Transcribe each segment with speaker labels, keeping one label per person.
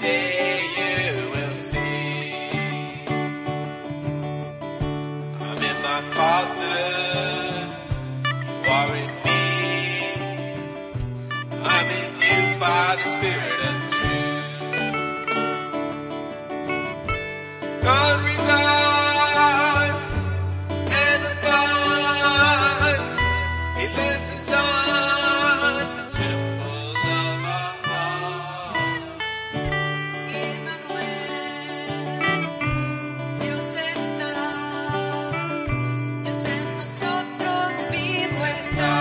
Speaker 1: day you will see. I'm in my Father, you are in me. I'm in you by the Spirit of truth. God resides and abides. He lives inside the temple of our hearts. Even when Dios está, Dios en nosotros vivo está.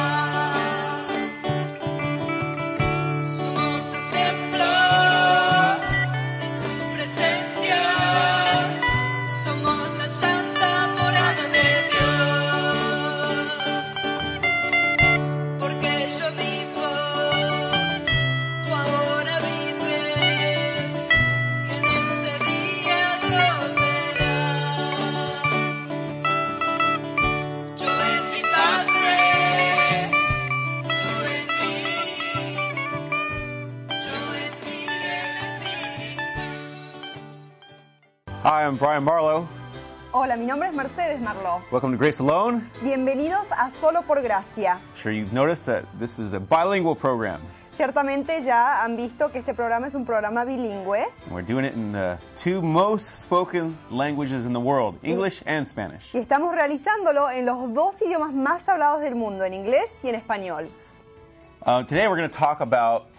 Speaker 1: Somos el templo de su presencia, somos la santa morada de Dios. Porque yo vivo, tú ahora vives, en ese día lo verás. Yo en mi Padre, tú en mí. Yo en ti el espíritu.
Speaker 2: Hi, I'm Brian Marlowe.
Speaker 3: Hola, mi nombre es Mercedes Marló.
Speaker 2: Welcome to Grace Alone.
Speaker 3: Bienvenidos a Solo por Gracia.
Speaker 2: I'm sure you've noticed that this is a bilingual program.
Speaker 3: Ciertamente ya han visto que este programa es un programa bilingüe
Speaker 2: And we're doing it in the two most spoken languages in the world English and Spanish.
Speaker 3: y estamos realizándolo en los dos idiomas más hablados del mundo, en inglés y en español.
Speaker 2: Uh, today, we're going to talk about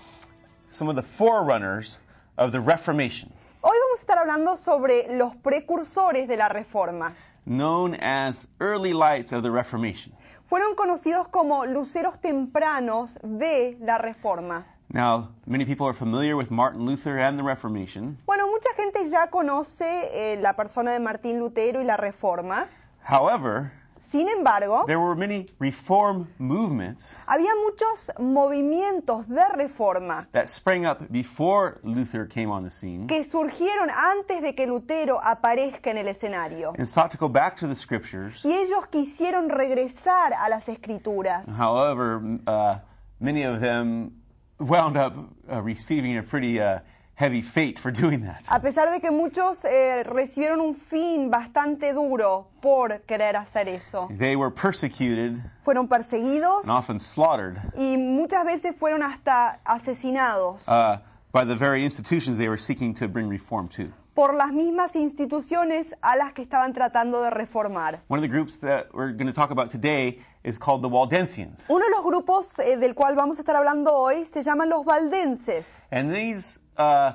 Speaker 2: some of the forerunners of the Reformation,
Speaker 3: Hoy vamos a estar hablando sobre los precursores de la Reforma.
Speaker 2: known as early lights of the Reformation.
Speaker 3: Fueron conocidos como luceros tempranos de la Reforma.
Speaker 2: Now, many people are familiar with Martin Luther and the Reformation.
Speaker 3: Bueno, mucha gente ya conoce eh, la persona de Martín Lutero y la Reforma.
Speaker 2: However,
Speaker 3: Sin embargo,
Speaker 2: there were many reform movements
Speaker 3: había muchos movimientos de reforma
Speaker 2: that sprang up before Luther came on the scene.
Speaker 3: que surgieron antes de que Lutero aparezca en el escenario.
Speaker 2: and sought to go back to the scriptures.
Speaker 3: Y ellos quisieron regresar a las escrituras.
Speaker 2: However, m- uh, many of them wound up uh, receiving a pretty uh, heavy fate for doing
Speaker 3: A
Speaker 2: that.
Speaker 3: pesar de que muchos eh, recibieron un fin bastante duro por querer hacer eso.
Speaker 2: They were persecuted
Speaker 3: Fueron perseguidos
Speaker 2: and often slaughtered
Speaker 3: y muchas veces fueron hasta asesinados
Speaker 2: uh, by the very institutions they were seeking to bring reform to.
Speaker 3: por las mismas instituciones a las que estaban tratando de reformar.
Speaker 2: One of the groups that we're going to talk about today is called the Waldensians.
Speaker 3: Uno de los grupos eh, del cual vamos a estar hablando hoy se llaman los valdenses.
Speaker 2: And these uh,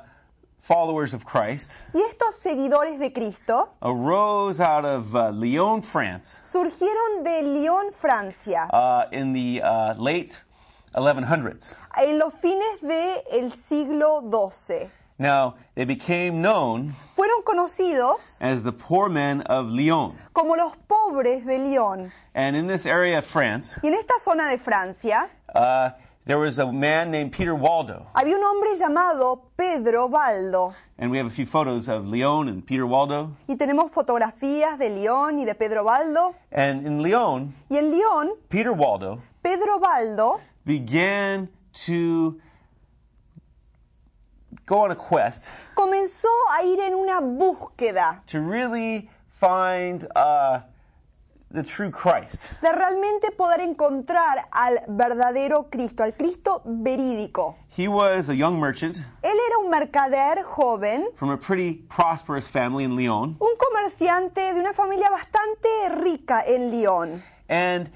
Speaker 2: followers of Christ
Speaker 3: Y estos seguidores de Cristo
Speaker 2: arose out of uh, Lyon, France
Speaker 3: surgieron de Lyon, Francia,
Speaker 2: uh, in the uh, late 1100s.
Speaker 3: en los fines del siglo XII.
Speaker 2: Now, they became known
Speaker 3: Fueron conocidos
Speaker 2: as the poor men of Lyon.
Speaker 3: como los pobres de Lyon.
Speaker 2: And in this area of France,
Speaker 3: Y en esta zona de Francia
Speaker 2: uh, there was a man named Peter Waldo.
Speaker 3: había un hombre llamado Pedro Baldo.
Speaker 2: And we have a few photos of Lyon and Peter Waldo.
Speaker 3: Y tenemos fotografías de Lyon y de Pedro Baldo.
Speaker 2: And in Lyon,
Speaker 3: Y en Lyon,
Speaker 2: Peter Waldo
Speaker 3: Pedro Baldo
Speaker 2: began to go on a quest
Speaker 3: comenzó a ir en una búsqueda
Speaker 2: to really find uh, the true Christ.
Speaker 3: de realmente poder encontrar al verdadero Cristo, al Cristo verídico.
Speaker 2: He was a young merchant
Speaker 3: Él era un mercader joven,
Speaker 2: from a pretty prosperous family in Lyon.
Speaker 3: un comerciante de una familia bastante rica en Lyon.
Speaker 2: And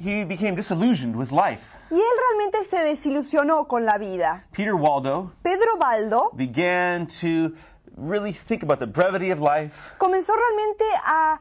Speaker 2: he became disillusioned with life.
Speaker 3: Y él realmente se desilusionó con la vida.
Speaker 2: Peter Waldo
Speaker 3: Pedro Baldo
Speaker 2: began to really think about the brevity of life
Speaker 3: comenzó realmente a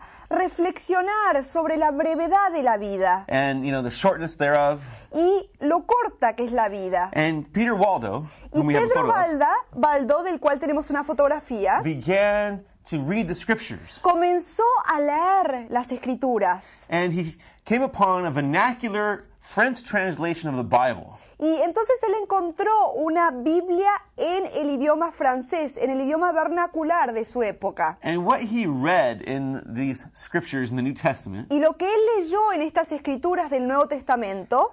Speaker 3: reflexionar sobre la brevedad de la vida
Speaker 2: and you know the shortness thereof.
Speaker 3: y lo corta que es la vida.
Speaker 2: And Peter Waldo,
Speaker 3: Y
Speaker 2: whom we have a
Speaker 3: Pedro
Speaker 2: photo of,
Speaker 3: Balda, Baldo, del cual tenemos una fotografía,
Speaker 2: began to read the scriptures.
Speaker 3: comenzó a leer las escrituras.
Speaker 2: And he came upon a vernacular French translation of the Bible.
Speaker 3: Y entonces él encontró una Biblia en el idioma francés, en el idioma vernacular de su época.
Speaker 2: And what he read in these scriptures in the New Testament
Speaker 3: Y lo que él leyó en estas escrituras del Nuevo Testamento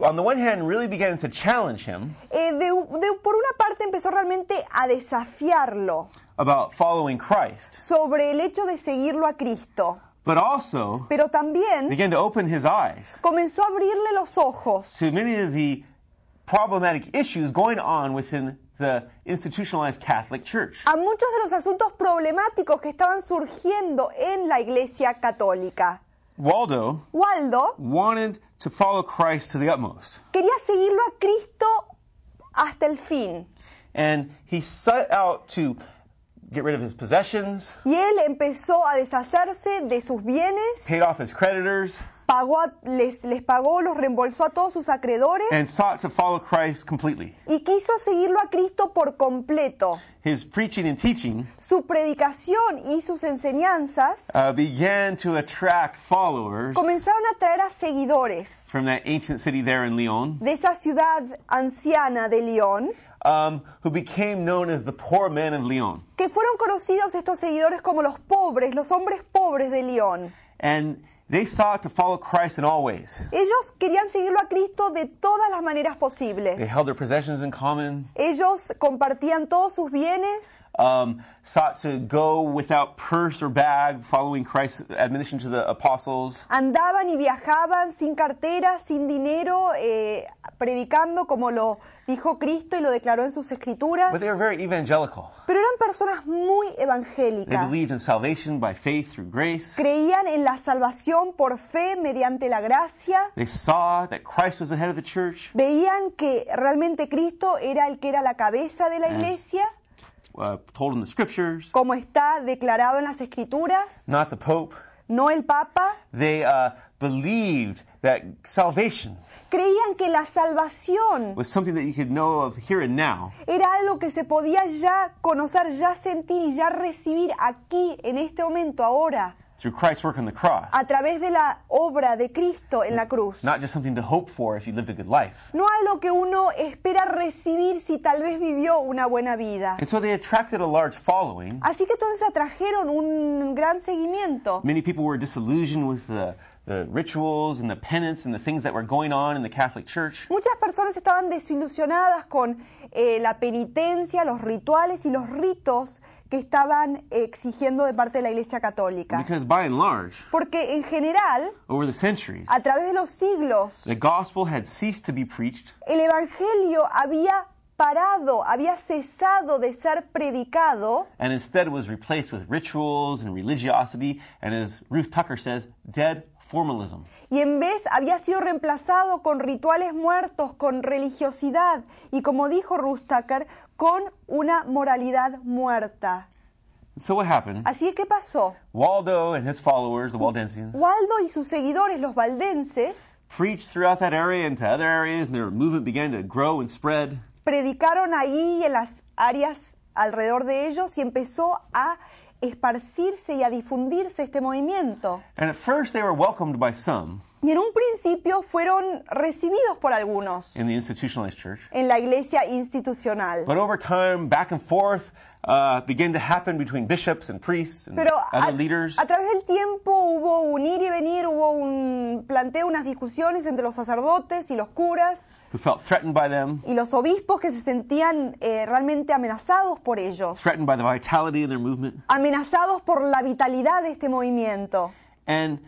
Speaker 2: on the one hand, really began to challenge him
Speaker 3: Eh, de- de- por una parte empezó realmente a desafiarlo
Speaker 2: about following Christ,
Speaker 3: sobre el hecho de seguirlo a Cristo,
Speaker 2: but also
Speaker 3: pero también
Speaker 2: began to open his eyes
Speaker 3: comenzó a abrirle los ojos
Speaker 2: to many of the problematic issues going on within the institutionalized Catholic Church.
Speaker 3: a muchos de los asuntos problemáticos que estaban surgiendo en la Iglesia Católica.
Speaker 2: Waldo
Speaker 3: Waldo
Speaker 2: wanted to follow Christ to the utmost,
Speaker 3: quería seguirlo a Cristo hasta el fin.
Speaker 2: and he set out to get rid of his possessions,
Speaker 3: Y él empezó a deshacerse de sus bienes,
Speaker 2: paid off his creditors,
Speaker 3: pagó a- les, les pagó, los reembolsó a todos sus acreedores
Speaker 2: and sought to follow Christ completely.
Speaker 3: y quiso seguirlo a Cristo por completo.
Speaker 2: His preaching and teaching
Speaker 3: Su predicación y sus enseñanzas
Speaker 2: uh, began to attract followers
Speaker 3: comenzaron a traer a seguidores
Speaker 2: from that ancient city there in Lyon,
Speaker 3: de esa ciudad anciana de León,
Speaker 2: um, who became known as the poor men of Lyon.
Speaker 3: que fueron conocidos estos seguidores como los pobres, los hombres pobres de León.
Speaker 2: And they sought to follow Christ in all ways.
Speaker 3: Ellos querían seguirlo a Cristo de todas las maneras
Speaker 2: They
Speaker 3: posibles.
Speaker 2: held their possessions in common,
Speaker 3: Ellos compartían todos sus bienes,
Speaker 2: um, sought to go without purse or bag, following Christ's admonition to the apostles,
Speaker 3: andaban y viajaban sin cartera, sin dinero, eh, predicando como lo dijo Cristo y lo declaró en sus escrituras.
Speaker 2: but they were very evangelical.
Speaker 3: Pero eran personas muy
Speaker 2: They
Speaker 3: evangélicas.
Speaker 2: believed in salvation by faith through grace.
Speaker 3: Creían en la salvación por fe mediante la gracia.
Speaker 2: They saw that Christ was the head of the church.
Speaker 3: Veían que realmente Cristo era el que era la cabeza de la
Speaker 2: As-
Speaker 3: iglesia,
Speaker 2: uh, told in the scriptures,
Speaker 3: como está declarado en las escrituras,
Speaker 2: not the Pope.
Speaker 3: no el Papa.
Speaker 2: They uh, believed that salvation
Speaker 3: Creían que la salvación
Speaker 2: was something that you could know of here and now,
Speaker 3: era algo que se podía ya conocer, ya sentir y ya recibir aquí, en este momento, ahora,
Speaker 2: through Christ's work on the cross,
Speaker 3: a través de la obra de Cristo en la cruz.
Speaker 2: not just something to hope for if you lived a good life.
Speaker 3: No algo que uno espera recibir si tal vez vivió una buena vida.
Speaker 2: And so they attracted a large following.
Speaker 3: Así que entonces atrajeron un gran seguimiento.
Speaker 2: Many people were disillusioned with the, the rituals and the penance and the things that were going on in the Catholic Church.
Speaker 3: Muchas personas estaban desilusionadas con eh, la penitencia, los rituales y los ritos que estaban exigiendo de parte de la Iglesia Católica.
Speaker 2: Because by and large,
Speaker 3: Porque en general,
Speaker 2: over the centuries,
Speaker 3: a través de los siglos,
Speaker 2: the gospel had ceased to be preached
Speaker 3: el Evangelio había parado, había cesado de ser predicado
Speaker 2: and instead was replaced with rituals and religiosity, and as Ruth Tucker says, dead formalism.
Speaker 3: y en vez había sido reemplazado con rituales muertos, con religiosidad y como dijo Rustacker, con una moralidad muerta.
Speaker 2: So what happened?
Speaker 3: Así que, ¿qué pasó?
Speaker 2: Waldo and his followers, the Waldensians,
Speaker 3: Waldo y sus seguidores, los valdenses,
Speaker 2: preached throughout that area and to other areas, and their movement began to grow and spread.
Speaker 3: predicaron ahí en las áreas alrededor de ellos y empezó a esparcirse y a difundirse este movimiento.
Speaker 2: And at first, they were welcomed by some
Speaker 3: Y en un principio fueron recibidos por algunos
Speaker 2: in the institutionalized church.
Speaker 3: en la iglesia institucional.
Speaker 2: But over time, back and forth uh, began to happen between bishops and priests and
Speaker 3: Pero a,
Speaker 2: other Mm. leaders.
Speaker 3: a través del tiempo hubo un ir y venir, hubo un planteo, unas discusiones entre los sacerdotes y los curas
Speaker 2: who felt threatened by them,
Speaker 3: y los obispos que se sentían eh, realmente amenazados por ellos,
Speaker 2: threatened by the vitality of their movement.
Speaker 3: amenazados por la vitalidad de este movimiento.
Speaker 2: And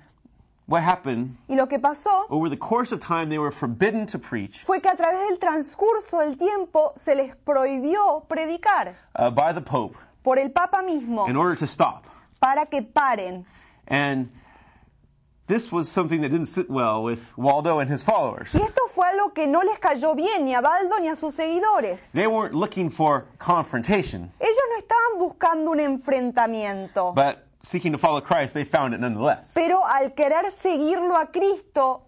Speaker 2: what happened
Speaker 3: Y lo que pasó
Speaker 2: over the course of time, they were forbidden to preach
Speaker 3: fue que a través del transcurso del tiempo se les prohibió predicar
Speaker 2: uh, by the Pope
Speaker 3: por el Papa mismo
Speaker 2: in order to stop.
Speaker 3: para que paren.
Speaker 2: And this was something that didn't sit well with Waldo and his followers.
Speaker 3: Y esto fue algo que no les cayó bien ni a Baldo ni a sus seguidores.
Speaker 2: They weren't looking for confrontation,
Speaker 3: Ellos no estaban buscando un enfrentamiento,
Speaker 2: but seeking to follow Christ, they found it nonetheless.
Speaker 3: pero al querer seguirlo a Cristo,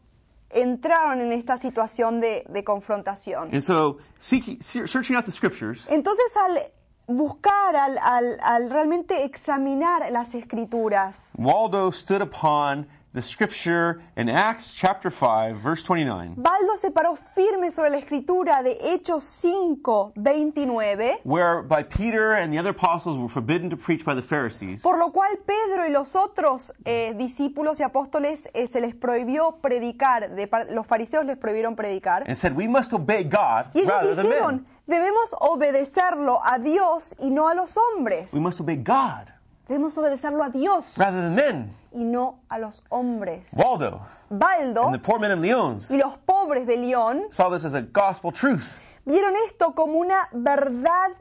Speaker 3: entraron en esta situación de, de confrontación.
Speaker 2: And so, seeking, se- searching out the scriptures,
Speaker 3: Entonces al buscar, al, al- al realmente examinar las escrituras,
Speaker 2: Waldo stood upon the the scripture in Acts chapter 5, verse 29,
Speaker 3: Baldo se paró firme sobre la escritura de Hechos 5, 29,
Speaker 2: whereby Peter and the other apostles were forbidden to preach by the Pharisees.
Speaker 3: por lo cual Pedro y los otros eh, discípulos y apóstoles eh, se les prohibió predicar, de par- los fariseos les prohibieron predicar.
Speaker 2: and said, We must obey God
Speaker 3: Y ellos
Speaker 2: rather than
Speaker 3: dijeron,
Speaker 2: men.
Speaker 3: debemos obedecerlo a Dios y no a los hombres.
Speaker 2: We must obey God
Speaker 3: Debemos obedecerlo a Dios
Speaker 2: rather than men.
Speaker 3: y no a los hombres.
Speaker 2: Waldo
Speaker 3: Baldo
Speaker 2: and the poor men in Lyons
Speaker 3: y los pobres de León
Speaker 2: saw this as a gospel truth.
Speaker 3: vieron esto como una verdad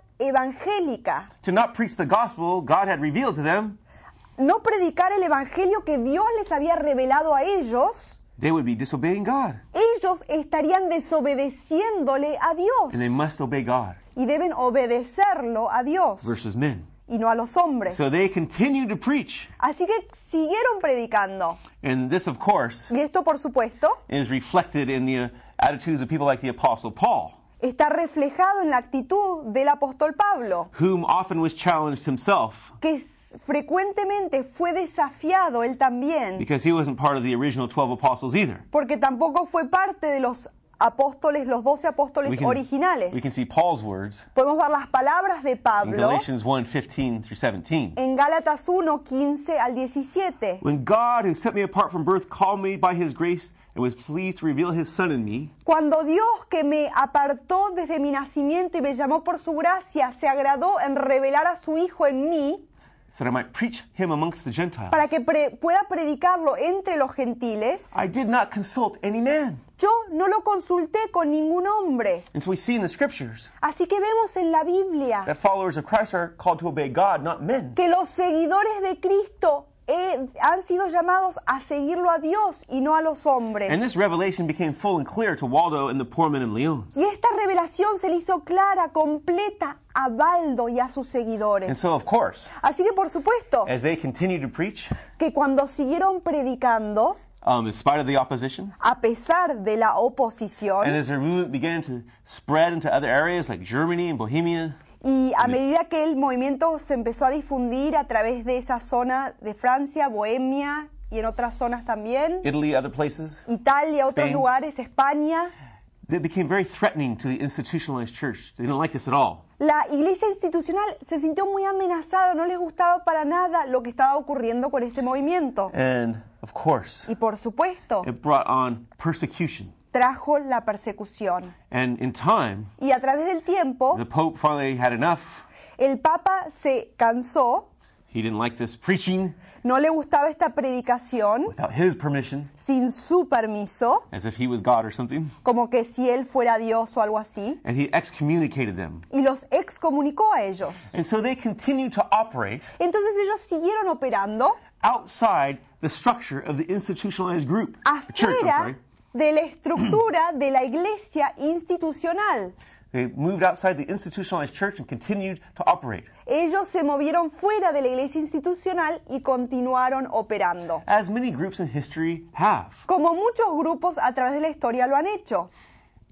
Speaker 3: evangélica.
Speaker 2: To not preach the gospel God had revealed to them,
Speaker 3: No predicar el evangelio que Dios les había revelado a ellos,
Speaker 2: they would be disobeying God.
Speaker 3: ellos estarían desobedeciéndole a
Speaker 2: And they
Speaker 3: Dios
Speaker 2: must obey God
Speaker 3: y deben obedecerlo a Dios
Speaker 2: versus men.
Speaker 3: y no a los hombres.
Speaker 2: So they continued to preach.
Speaker 3: Así que siguieron predicando.
Speaker 2: And this, of course,
Speaker 3: Y esto, por supuesto,
Speaker 2: is reflected in the uh, attitudes of people like the Apostle Paul,
Speaker 3: está reflejado en la actitud del apóstol Pablo,
Speaker 2: whom often was challenged himself
Speaker 3: que s- frecuentemente fue desafiado él también,
Speaker 2: because he wasn't part of the original 12 apostles either.
Speaker 3: porque tampoco fue parte de los apóstoles, los doce apóstoles
Speaker 2: we can
Speaker 3: originales.
Speaker 2: see Paul's words
Speaker 3: Podemos ver las palabras de
Speaker 2: in
Speaker 3: Pablo
Speaker 2: Galatians 1 15 through 17.
Speaker 3: en Gálatas 1, 15 al 17.
Speaker 2: When God, who set me apart from birth, called me by his grace and was pleased to reveal his Son in me,
Speaker 3: Cuando Dios que me apartó desde mi nacimiento y me llamó por su gracia, se agradó en revelar a su Hijo en mí
Speaker 2: so that I might preach him amongst the Gentiles,
Speaker 3: para que pre- pueda predicarlo entre los gentiles,
Speaker 2: I did not consult any man.
Speaker 3: yo no lo consulté con ningún hombre.
Speaker 2: And so we see in the scriptures
Speaker 3: Así que vemos en la Biblia
Speaker 2: that followers of Christ are called to obey God, not men.
Speaker 3: que los seguidores de Cristo eh, han sido llamados a seguirlo a Dios y no a los
Speaker 2: And
Speaker 3: hombres.
Speaker 2: this revelation became full and clear to Waldo and the poor men in Lyons.
Speaker 3: Y esta revelación se le hizo clara, completa a Baldo y a sus
Speaker 2: And
Speaker 3: seguidores.
Speaker 2: so, of course,
Speaker 3: Así que por supuesto
Speaker 2: as they continued to preach,
Speaker 3: que cuando siguieron predicando,
Speaker 2: um, in spite of the opposition,
Speaker 3: a pesar de la
Speaker 2: and
Speaker 3: oposición,
Speaker 2: as their movement began to spread into other areas like Germany and Bohemia,
Speaker 3: y a medida que el movimiento se empezó a difundir a través de esa zona de Francia, Bohemia y en otras zonas también,
Speaker 2: Italy, other places,
Speaker 3: Italia, otros
Speaker 2: Spain.
Speaker 3: lugares, España,
Speaker 2: they became very threatening to the institutionalized church. They didn't like this at all.
Speaker 3: La iglesia institucional se sintió muy amenazada, no les gustaba para nada lo que estaba ocurriendo con este movimiento.
Speaker 2: And of course,
Speaker 3: Y por supuesto,
Speaker 2: it brought on persecution.
Speaker 3: trajo la persecución.
Speaker 2: And in time,
Speaker 3: Y a través del tiempo,
Speaker 2: the Pope finally had enough.
Speaker 3: el Papa se cansó,
Speaker 2: He didn't like this preaching
Speaker 3: no le gustaba esta predicación
Speaker 2: without his permission,
Speaker 3: sin su permiso,
Speaker 2: as if he was God or something.
Speaker 3: como que si él fuera Dios o algo así,
Speaker 2: And he excommunicated them.
Speaker 3: y los excomunicó a ellos.
Speaker 2: And so they continued to operate
Speaker 3: Entonces ellos siguieron operando
Speaker 2: outside the structure of the institutionalized group, church, I'm sorry.
Speaker 3: afuera de la estructura de la iglesia institucional.
Speaker 2: They moved outside the institutionalized church and continued to operate.
Speaker 3: Ellos se movieron fuera de la iglesia institucional y continuaron operando,
Speaker 2: As many groups in history have.
Speaker 3: como muchos grupos a través de la historia lo han hecho.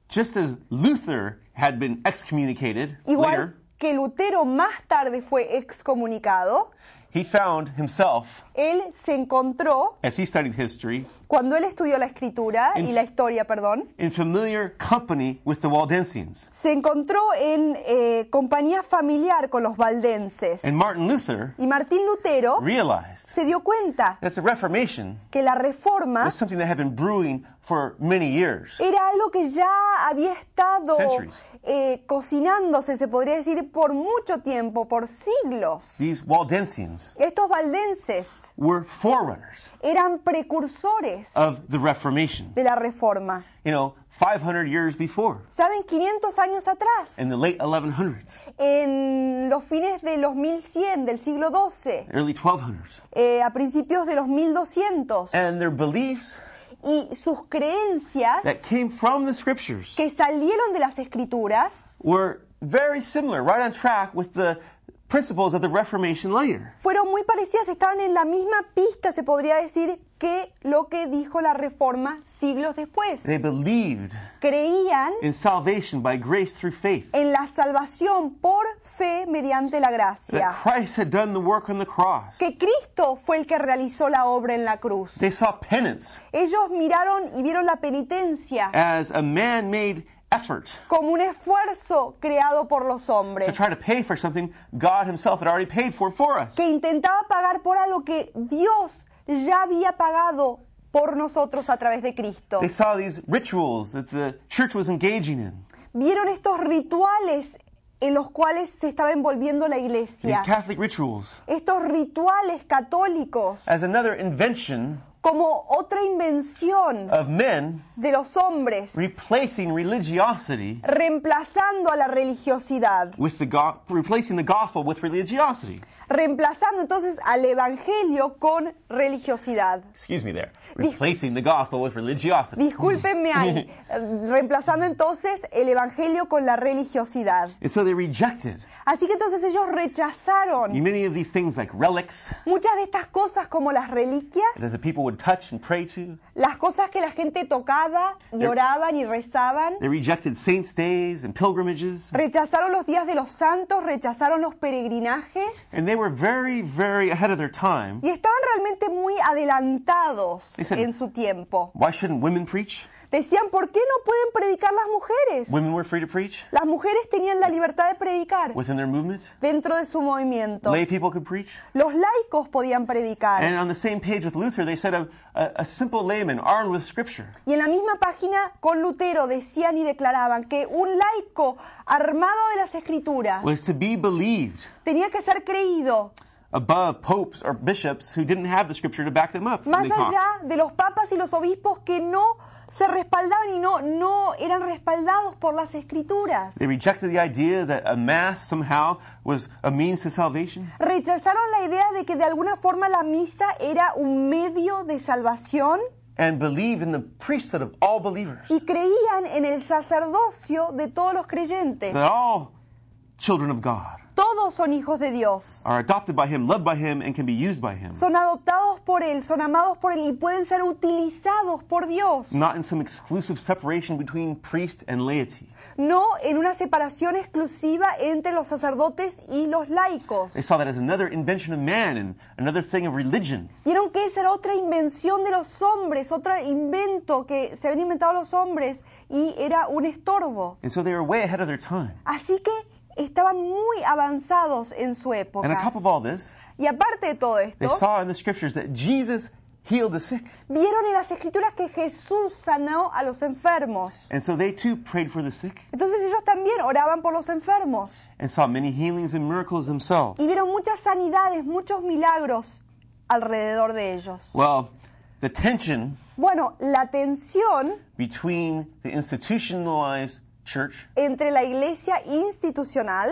Speaker 2: Just as Luther had been excommunicated
Speaker 3: Igual
Speaker 2: later,
Speaker 3: que Lutero más tarde fue excomunicado,
Speaker 2: he found himself,
Speaker 3: él se encontró,
Speaker 2: as he studied history,
Speaker 3: cuando él estudió la escritura y
Speaker 2: En-
Speaker 3: la historia, perdón,
Speaker 2: in familiar company with the Waldensians.
Speaker 3: se encontró en eh, compañía familiar con los valdenses.
Speaker 2: And Martin Luther
Speaker 3: Y Martín Lutero
Speaker 2: realized
Speaker 3: se dio cuenta
Speaker 2: that the Reformation
Speaker 3: que la reforma
Speaker 2: was something that had been brewing for many years.
Speaker 3: era algo que ya había estado
Speaker 2: Centuries.
Speaker 3: eh, cocinándose, se podría decir, por mucho tiempo, por siglos.
Speaker 2: These Waldensians
Speaker 3: Estos valdenses
Speaker 2: were forerunners
Speaker 3: eran precursores
Speaker 2: of the Reformation,
Speaker 3: de la reforma.
Speaker 2: you know, 500 years before,
Speaker 3: ¿Saben? 500 años atrás,
Speaker 2: in the late 1100s,
Speaker 3: en los fines de los 1100, del siglo XII,
Speaker 2: early 1200s.
Speaker 3: eh, a principios de los 1200,
Speaker 2: And their beliefs
Speaker 3: y sus creencias
Speaker 2: that came from the scriptures
Speaker 3: que salieron de las escrituras
Speaker 2: were very similar, right on track with the principles of the Reformation later.
Speaker 3: Fueron muy parecidas, estaban en la misma pista, se podría decir, que lo que dijo la Reforma siglos después.
Speaker 2: They believed
Speaker 3: Creían
Speaker 2: in salvation by grace through faith.
Speaker 3: en la salvación por fe mediante la
Speaker 2: That
Speaker 3: gracia.
Speaker 2: Christ had done the work on the cross.
Speaker 3: Que Cristo fue el que realizó la obra en la cruz.
Speaker 2: They saw penance
Speaker 3: Ellos miraron y vieron la penitencia
Speaker 2: as a man made effort
Speaker 3: como un esfuerzo creado por los
Speaker 2: to
Speaker 3: hombres
Speaker 2: try to pay for something God Himself had already paid for for us.
Speaker 3: que intentaba pagar por algo que Dios ya había pagado por nosotros a través de Cristo.
Speaker 2: They saw these rituals that the church was engaging in.
Speaker 3: Vieron estos rituales en los cuales se estaba envolviendo la
Speaker 2: These
Speaker 3: iglesia,
Speaker 2: Catholic rituals
Speaker 3: estos rituales católicos,
Speaker 2: as another invention
Speaker 3: como otra invención
Speaker 2: of men
Speaker 3: de los hombres,
Speaker 2: replacing religiosity
Speaker 3: reemplazando a la religiosidad,
Speaker 2: with the go- replacing the gospel with religiosity.
Speaker 3: reemplazando entonces al Evangelio con religiosidad.
Speaker 2: Excuse me there. Replacing the gospel with religiosity.
Speaker 3: Discúlpenme ahí, reemplazando entonces el Evangelio con la religiosidad.
Speaker 2: And so they rejected
Speaker 3: Así que entonces ellos rechazaron
Speaker 2: many of these things like relics
Speaker 3: muchas de estas cosas como las
Speaker 2: that the
Speaker 3: reliquias,
Speaker 2: people would touch and pray to.
Speaker 3: las cosas que la gente tocaba y oraban y rezaban.
Speaker 2: They rejected saints' days and pilgrimages.
Speaker 3: Rechazaron los días de los santos, rechazaron los peregrinajes
Speaker 2: And they were very, very ahead of their time.
Speaker 3: y estaban realmente muy adelantados
Speaker 2: Dicen-
Speaker 3: en su tiempo.
Speaker 2: Why shouldn't women preach?
Speaker 3: Decían, ¿por qué no pueden predicar las mujeres?
Speaker 2: Women were free to preach
Speaker 3: Las mujeres tenían la libertad de predicar
Speaker 2: within their movement.
Speaker 3: dentro de su movimiento.
Speaker 2: Lay people could preach.
Speaker 3: Los laicos podían
Speaker 2: And
Speaker 3: predicar.
Speaker 2: on the same page with Luther, they said a, a, a simple layman armed with scripture
Speaker 3: Y en la misma página con Lutero decían y declaraban que un laico armado de las escrituras
Speaker 2: was to be believed
Speaker 3: tenía que ser creído
Speaker 2: above popes or bishops who didn't have the scripture to back them up. when
Speaker 3: más
Speaker 2: they talked.
Speaker 3: allá de los papas y los obispos que no se respaldaban y no, no eran respaldados por las escrituras.
Speaker 2: They rejected the idea that a mass somehow was a means to salvation.
Speaker 3: Rechazaron la idea de que de alguna forma la misa era un medio de salvación
Speaker 2: and believed in the priesthood of all believers.
Speaker 3: y creían en el sacerdocio de todos los creyentes.
Speaker 2: That all children of God
Speaker 3: Todos son hijos de Dios.
Speaker 2: are adopted by Him, loved by Him, and can be used by Him.
Speaker 3: son adoptados por Él, son amados por Él y pueden ser utilizados por Dios,
Speaker 2: Not in some exclusive separation between priest and laity.
Speaker 3: no en una separación exclusiva entre los sacerdotes y los laicos.
Speaker 2: They saw that as another invention of man and another thing of religion.
Speaker 3: Vieron que esa era otra invención de los hombres, otro invento que se habían inventado los hombres y era un estorbo.
Speaker 2: And so they were way ahead of their time.
Speaker 3: Así que estaban muy avanzados en su
Speaker 2: And on top
Speaker 3: época.
Speaker 2: of all this,
Speaker 3: Y aparte de todo
Speaker 2: they
Speaker 3: esto,
Speaker 2: saw in the scriptures that Jesus healed the sick.
Speaker 3: vieron en las escrituras que Jesús sanó a los enfermos.
Speaker 2: And so they too prayed for the sick
Speaker 3: Entonces ellos también oraban por los enfermos.
Speaker 2: and saw many healings and miracles themselves.
Speaker 3: y vieron muchas sanidades, muchos milagros alrededor de ellos.
Speaker 2: Well, the tension
Speaker 3: Bueno, la tensión
Speaker 2: between the institutionalized church
Speaker 3: entre la iglesia institucional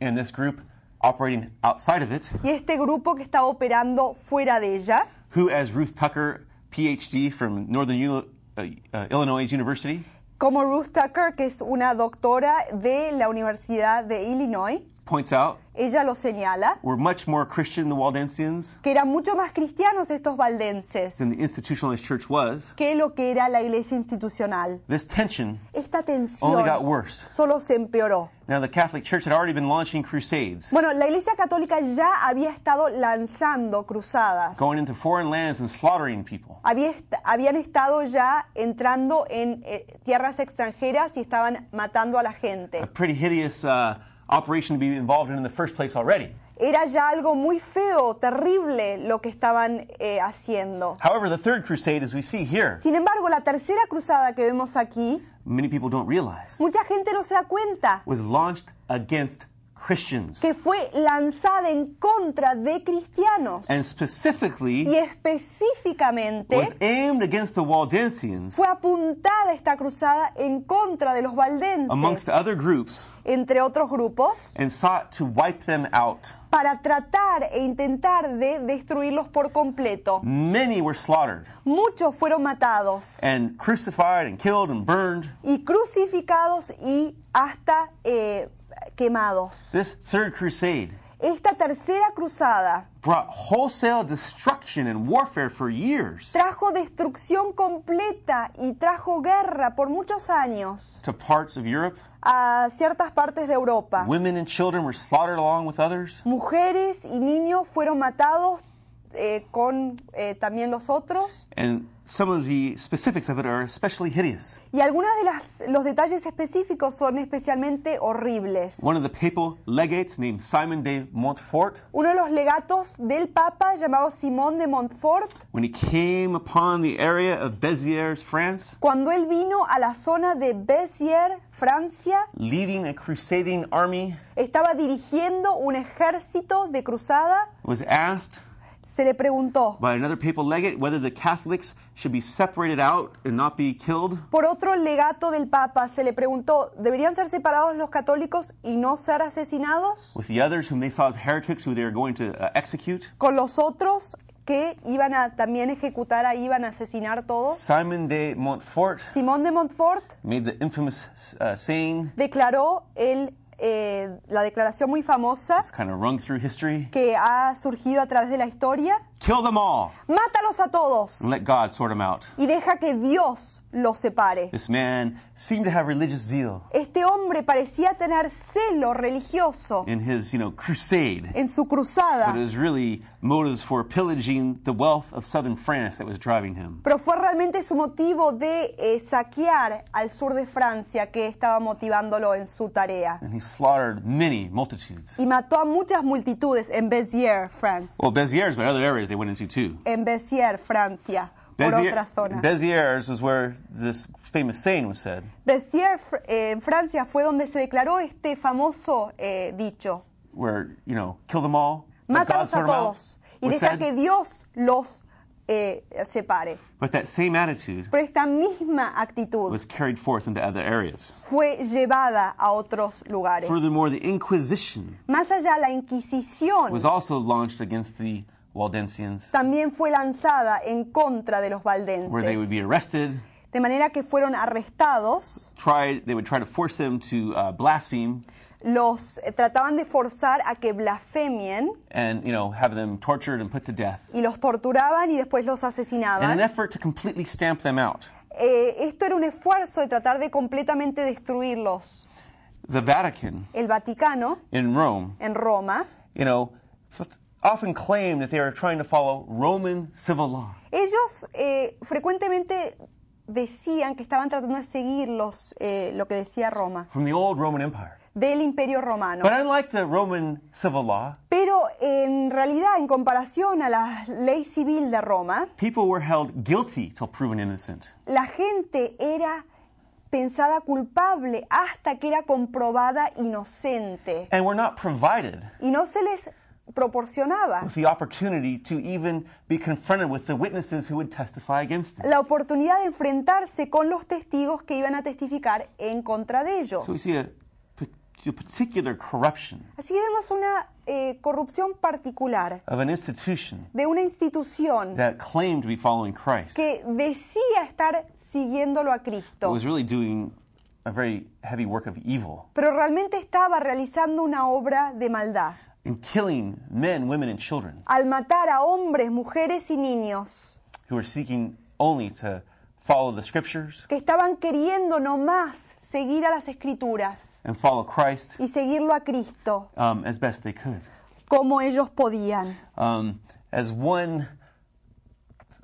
Speaker 2: and this group operating outside of it,
Speaker 3: y este grupo que estaba operando fuera de ella,
Speaker 2: who, as Ruth Tucker, PhD from Northern Uni- uh, uh, Illinois University,
Speaker 3: como Ruth Tucker, que es una doctora de la Universidad de Illinois,
Speaker 2: points out,
Speaker 3: ella lo señala,
Speaker 2: were much more Christian, the Waldensians,
Speaker 3: que eran mucho más cristianos estos valdenses
Speaker 2: than the institutionalized church was.
Speaker 3: que lo que era la iglesia institucional.
Speaker 2: This tension
Speaker 3: Esta
Speaker 2: only got
Speaker 3: tensión
Speaker 2: worse.
Speaker 3: solo se empeoró.
Speaker 2: Now, the Catholic Church had already been launching crusades,
Speaker 3: Bueno, la iglesia católica ya había estado lanzando cruzadas.
Speaker 2: going into foreign lands and slaughtering people.
Speaker 3: Había est- habían estado ya entrando en eh, tierras extranjeras y estaban matando a la
Speaker 2: A
Speaker 3: gente.
Speaker 2: pretty hideous uh, operation to be involved in in the first place already.
Speaker 3: Era ya algo muy feo, terrible lo que estaban eh, haciendo.
Speaker 2: However, the third crusade, as we see here,
Speaker 3: Sin embargo, la tercera cruzada que vemos aquí,
Speaker 2: many people don't realize,
Speaker 3: mucha gente no se da cuenta
Speaker 2: was launched against Christians.
Speaker 3: que fue lanzada en contra de cristianos
Speaker 2: and
Speaker 3: y
Speaker 2: specifically was
Speaker 3: específicamente
Speaker 2: aimed against the Waldensians,
Speaker 3: fue apuntada esta cruzada en contra de los
Speaker 2: amongst
Speaker 3: valdenses,
Speaker 2: other groups,
Speaker 3: entre otros grupos.
Speaker 2: and sought to wipe them out.
Speaker 3: para tratar e intentar de destruirlos por completo.
Speaker 2: Many were slaughtered
Speaker 3: Muchos fueron matados
Speaker 2: and crucified and killed and burned.
Speaker 3: y crucificados y hasta eh, quemados.
Speaker 2: This third crusade
Speaker 3: E- Esta tercera cruzada
Speaker 2: brought wholesale destruction and warfare for years
Speaker 3: trajo destrucción completa y trajo guerra por muchos años
Speaker 2: to parts of Europe.
Speaker 3: a ciertas partes de Europa.
Speaker 2: Women and children were slaughtered along with others.
Speaker 3: Mujeres y niños fueron matados eh, con eh, también los otros.
Speaker 2: And some of the specifics of it are especially hideous.
Speaker 3: Y algunos de las, los detalles específicos son especialmente horribles.
Speaker 2: One of the papal legates named Simon de Montfort,
Speaker 3: Uno de los legatos del Papa, llamado Simón de Montfort,
Speaker 2: when he came upon the area of Béziers, France,
Speaker 3: cuando él vino a la zona de Béziers, Francia,
Speaker 2: leading a crusading army,
Speaker 3: estaba dirigiendo un ejército de cruzada,
Speaker 2: was asked
Speaker 3: se le preguntó
Speaker 2: by another papal legate whether the Catholics should be separated out and not be killed.
Speaker 3: Por otro legato del Papa se le preguntó, ¿deberían ser separados los católicos y no ser asesinados?
Speaker 2: With the others whom they saw as heretics who they were going to uh, execute,
Speaker 3: Con los otros que iban a también ejecutar, ahí iban a asesinar todos.
Speaker 2: Simon de Montfort
Speaker 3: Simón de Montfort
Speaker 2: made the infamous uh, saying,
Speaker 3: declaró el, eh, la declaración muy famosa
Speaker 2: it's kind of rung through history,
Speaker 3: que ha surgido a través de la historia,
Speaker 2: kill them all
Speaker 3: mátalos a todos
Speaker 2: and let God sort them out.
Speaker 3: y deja que Dios los separe.
Speaker 2: This man seemed to have religious zeal
Speaker 3: Este hombre parecía tener celo religioso
Speaker 2: in his, you know, crusade.
Speaker 3: en su
Speaker 2: But it
Speaker 3: cruzada.
Speaker 2: was really motives for pillaging the wealth of southern France that was driving him.
Speaker 3: Pero fue realmente su motivo de eh, saquear al sur de Francia que estaba motivándolo en su tarea.
Speaker 2: And he slaughtered many multitudes.
Speaker 3: Y mató a muchas multitudes en Béziers, France.
Speaker 2: Well, Béziers, but other areas they went into too.
Speaker 3: En Béziers, Francia, por
Speaker 2: Bézier-
Speaker 3: otra zona.
Speaker 2: Béziers was where this famous saying was said.
Speaker 3: Béziers, fr- eh, en Francia, fue donde se declaró este famoso eh, dicho.
Speaker 2: where you know kill them all, let God
Speaker 3: Mátalos
Speaker 2: sort
Speaker 3: a
Speaker 2: 'em out.
Speaker 3: todos y
Speaker 2: was
Speaker 3: deja que
Speaker 2: said.
Speaker 3: Dios los eh, separe.
Speaker 2: But that same attitude
Speaker 3: Pero esta misma actitud
Speaker 2: was carried forth into other areas.
Speaker 3: fue llevada a otros lugares.
Speaker 2: Furthermore, the Inquisition
Speaker 3: Más allá, la Inquisición
Speaker 2: was also launched against the Waldensians,
Speaker 3: también fue lanzada en contra de los
Speaker 2: where they would be
Speaker 3: valdenses,
Speaker 2: arrested,
Speaker 3: de manera que fueron arrestados,
Speaker 2: tried. They would try to force them to uh, blaspheme
Speaker 3: los eh, trataban de forzar a que blasfemien
Speaker 2: and you know have them tortured and put to death.
Speaker 3: y los torturaban y después los
Speaker 2: In an
Speaker 3: asesinaban.
Speaker 2: effort to completely stamp them out,
Speaker 3: Eh, esto era un esfuerzo de tratar de completamente destruirlos.
Speaker 2: the Vatican
Speaker 3: El Vaticano,
Speaker 2: in Rome,
Speaker 3: en Roma,
Speaker 2: you know, f- often claimed that they were trying to follow Roman civil law.
Speaker 3: ellos eh, frecuentemente decían que estaban tratando de seguir los, eh, lo que decía Roma,
Speaker 2: from the old Roman Empire.
Speaker 3: del imperio romano.
Speaker 2: But unlike the Roman civil law,
Speaker 3: Pero en realidad, en comparación a la ley civil de Roma,
Speaker 2: people were held guilty till proven innocent.
Speaker 3: la gente era pensada culpable hasta que era comprobada inocente
Speaker 2: And were not provided
Speaker 3: y no se les proporcionaba
Speaker 2: with the opportunity to even be confronted with the witnesses who would testify against them.
Speaker 3: la oportunidad de enfrentarse con los testigos que iban a testificar en contra de ellos.
Speaker 2: So we see a, pa- a particular corruption
Speaker 3: Así que vemos una eh, corrupción particular
Speaker 2: of an institution
Speaker 3: de una institución
Speaker 2: that claimed to be following Christ,
Speaker 3: que decía estar siguiéndolo a
Speaker 2: but
Speaker 3: Cristo,
Speaker 2: was really doing a very heavy work of evil
Speaker 3: pero realmente estaba realizando una obra de maldad
Speaker 2: in killing men, women, and children
Speaker 3: al matar a hombres, mujeres y niños.
Speaker 2: who were seeking only to follow the scriptures
Speaker 3: que estaban queriendo nomás seguir a las escrituras
Speaker 2: and follow Christ
Speaker 3: y seguirlo a Cristo
Speaker 2: um, as best they could.
Speaker 3: como ellos podían.
Speaker 2: Um, as one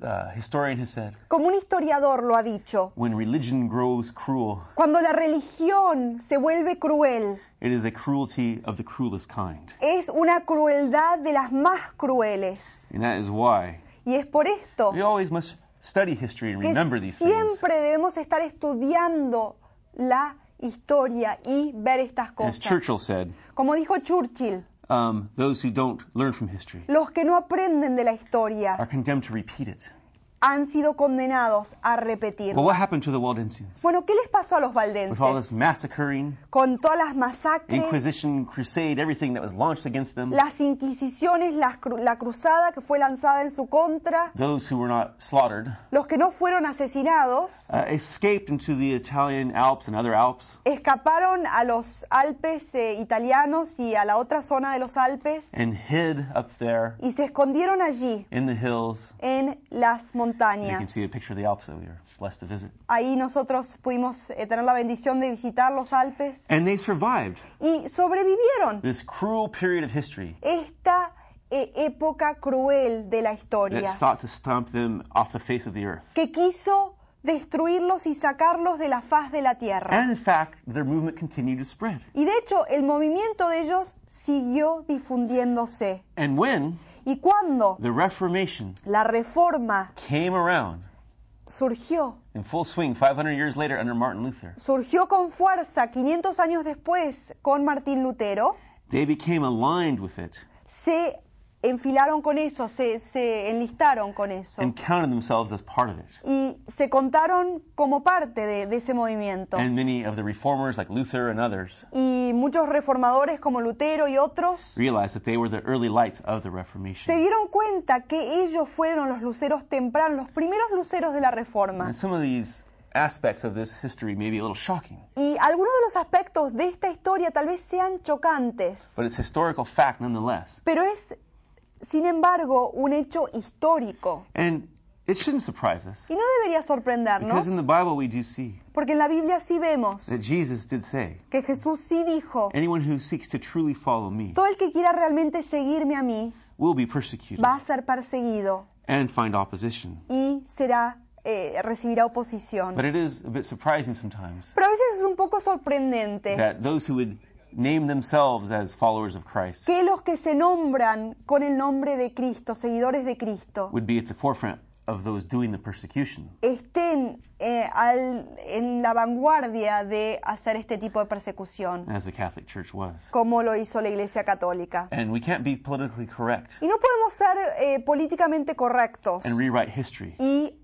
Speaker 2: uh, historian has said,
Speaker 3: Como un historiador lo ha dicho,
Speaker 2: when religion grows cruel,
Speaker 3: cuando la religión se vuelve cruel,
Speaker 2: it is a cruelty of the cruelest kind.
Speaker 3: es una crueldad de las más crueles.
Speaker 2: And that is why
Speaker 3: Y es por esto
Speaker 2: we always must study history and remember
Speaker 3: que
Speaker 2: these things.
Speaker 3: siempre debemos estar estudiando la historia y ver estas
Speaker 2: As
Speaker 3: cosas.
Speaker 2: Churchill said,
Speaker 3: Como dijo Churchill,
Speaker 2: um, those who don't learn from history Ah.
Speaker 3: los que no aprenden de la historia
Speaker 2: are condemned to repeat it.
Speaker 3: han sido condenados a repetir.
Speaker 2: Well, what happened to the Waldensians?
Speaker 3: Bueno, ¿qué les pasó a los
Speaker 2: With all this
Speaker 3: valdenses?
Speaker 2: massacring,
Speaker 3: Con todas las masacres,
Speaker 2: Inquisition, crusade, everything that was launched against them,
Speaker 3: las inquisiciones, las cru- la cruzada que fue lanzada en su contra,
Speaker 2: those who were not slaughtered
Speaker 3: los que no fueron asesinados
Speaker 2: uh, escaped into the Italian Alps and other Alps,
Speaker 3: escaparon a los Alpes eh, italianos y a la otra zona de los Alpes
Speaker 2: and hid up there
Speaker 3: y se escondieron allí,
Speaker 2: in the hills.
Speaker 3: en las
Speaker 2: You can
Speaker 3: montañas.
Speaker 2: see a picture of the Alps that we were blessed to visit.
Speaker 3: Ahí nosotros pudimos eh, tener la bendición de visitar los Alpes
Speaker 2: And they survived
Speaker 3: y sobrevivieron
Speaker 2: this cruel period of history
Speaker 3: esta eh, época cruel de la
Speaker 2: that
Speaker 3: historia
Speaker 2: sought to stomp them off the face of the earth.
Speaker 3: que quiso destruirlos y sacarlos de la faz de la tierra.
Speaker 2: And in fact, their movement continued to spread.
Speaker 3: Y de hecho el movimiento de ellos siguió difundiéndose.
Speaker 2: And when
Speaker 3: Y cuando
Speaker 2: the Reformation
Speaker 3: la reforma
Speaker 2: came around
Speaker 3: surgió,
Speaker 2: in full swing 500 years later under Martin Luther,
Speaker 3: surgió con fuerza 500 años después con Martín Lutero,
Speaker 2: they became aligned with it
Speaker 3: se enfilaron con eso, se, se enlistaron con eso.
Speaker 2: and counted themselves as part of it.
Speaker 3: y se contaron como parte de, de ese movimiento.
Speaker 2: And many of the reformers, like Luther and others,
Speaker 3: Y muchos reformadores como Lutero y otros
Speaker 2: realized that they were the early lights of the
Speaker 3: se
Speaker 2: Reformation.
Speaker 3: dieron cuenta que ellos fueron los luceros tempranos, los primeros luceros de la Reforma.
Speaker 2: And some of these aspects of this history may be a little shocking,
Speaker 3: Y algunos de los aspectos de esta historia tal vez sean chocantes,
Speaker 2: but it's historical fact nonetheless.
Speaker 3: pero es, sin embargo, un hecho histórico.
Speaker 2: And it shouldn't surprise us
Speaker 3: Y no debería
Speaker 2: because
Speaker 3: sorprendernos,
Speaker 2: in the Bible we do see
Speaker 3: porque en la Biblia sí vemos
Speaker 2: that Jesus did say,
Speaker 3: que Jesús sí dijo,
Speaker 2: Anyone who seeks to truly follow me
Speaker 3: todo el que quiera realmente seguirme a mí
Speaker 2: will be persecuted
Speaker 3: va a ser perseguido
Speaker 2: and find opposition.
Speaker 3: y será eh, recibirá oposición.
Speaker 2: But it is a bit surprising sometimes
Speaker 3: Pero a veces es un poco sorprendente
Speaker 2: that those who would name themselves as followers of Christ
Speaker 3: que los que se nombran con el nombre de Cristo, seguidores de Cristo,
Speaker 2: would be at the forefront of those doing the persecution.
Speaker 3: estén eh, al- en la vanguardia de hacer este tipo de persecución,
Speaker 2: as the Catholic Church was.
Speaker 3: como lo hizo la Iglesia Católica.
Speaker 2: And we can't be politically correct
Speaker 3: Y no podemos ser eh, políticamente correctos
Speaker 2: and rewrite history.
Speaker 3: y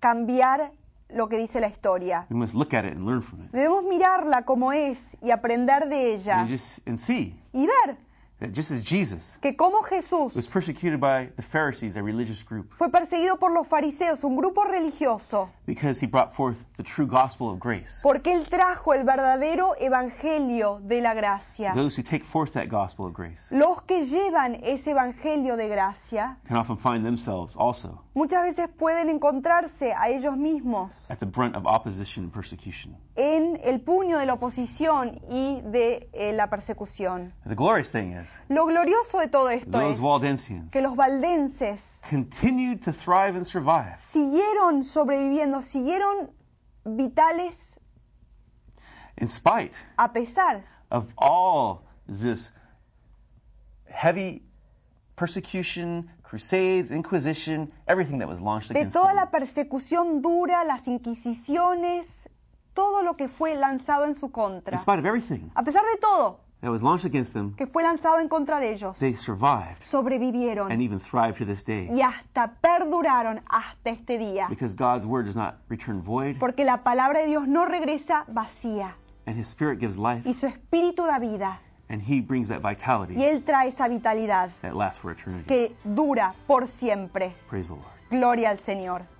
Speaker 3: cambiar lo que dice la historia.
Speaker 2: We must look at it and learn from it.
Speaker 3: Debemos mirarla como es y aprender de ella
Speaker 2: And just and see
Speaker 3: y ver
Speaker 2: that just as Jesus
Speaker 3: que como Jesús
Speaker 2: was persecuted by the Pharisees, a religious group,
Speaker 3: fue perseguido por los fariseos, un grupo religioso,
Speaker 2: because he brought forth the true gospel of grace.
Speaker 3: porque él trajo el verdadero evangelio de la gracia.
Speaker 2: Those who take forth that gospel of grace
Speaker 3: Los que llevan ese evangelio de gracia
Speaker 2: can often find themselves also
Speaker 3: muchas veces pueden encontrarse a ellos mismos
Speaker 2: at the brunt of opposition and persecution.
Speaker 3: en el puño de la oposición y de eh, la persecución.
Speaker 2: The glorious thing is,
Speaker 3: Lo glorioso de todo esto
Speaker 2: those
Speaker 3: es
Speaker 2: Waldensians
Speaker 3: que los valdenses
Speaker 2: continued to thrive and survive.
Speaker 3: siguieron sobreviviendo, siguieron vitales
Speaker 2: In spite
Speaker 3: a pesar
Speaker 2: of all this heavy persecution, crusades, inquisition, everything that was launched
Speaker 3: de
Speaker 2: against
Speaker 3: toda
Speaker 2: them.
Speaker 3: la persecución dura, las inquisiciones, todo lo que fue lanzado en su contra.
Speaker 2: In spite of everything
Speaker 3: A pesar de todo
Speaker 2: that was launched against them,
Speaker 3: que fue lanzado en contra de ellos,
Speaker 2: they survived and
Speaker 3: sobrevivieron
Speaker 2: even thrived to this day
Speaker 3: y hasta perduraron hasta este día,
Speaker 2: because God's word does not return void
Speaker 3: porque la palabra de Dios no regresa vacía
Speaker 2: and his spirit gives life
Speaker 3: y su espíritu da vida
Speaker 2: and he brings that
Speaker 3: y
Speaker 2: vitality
Speaker 3: él trae esa vitalidad
Speaker 2: that lasts for eternity.
Speaker 3: que dura por siempre.
Speaker 2: Praise the Lord.
Speaker 3: Gloria al Señor.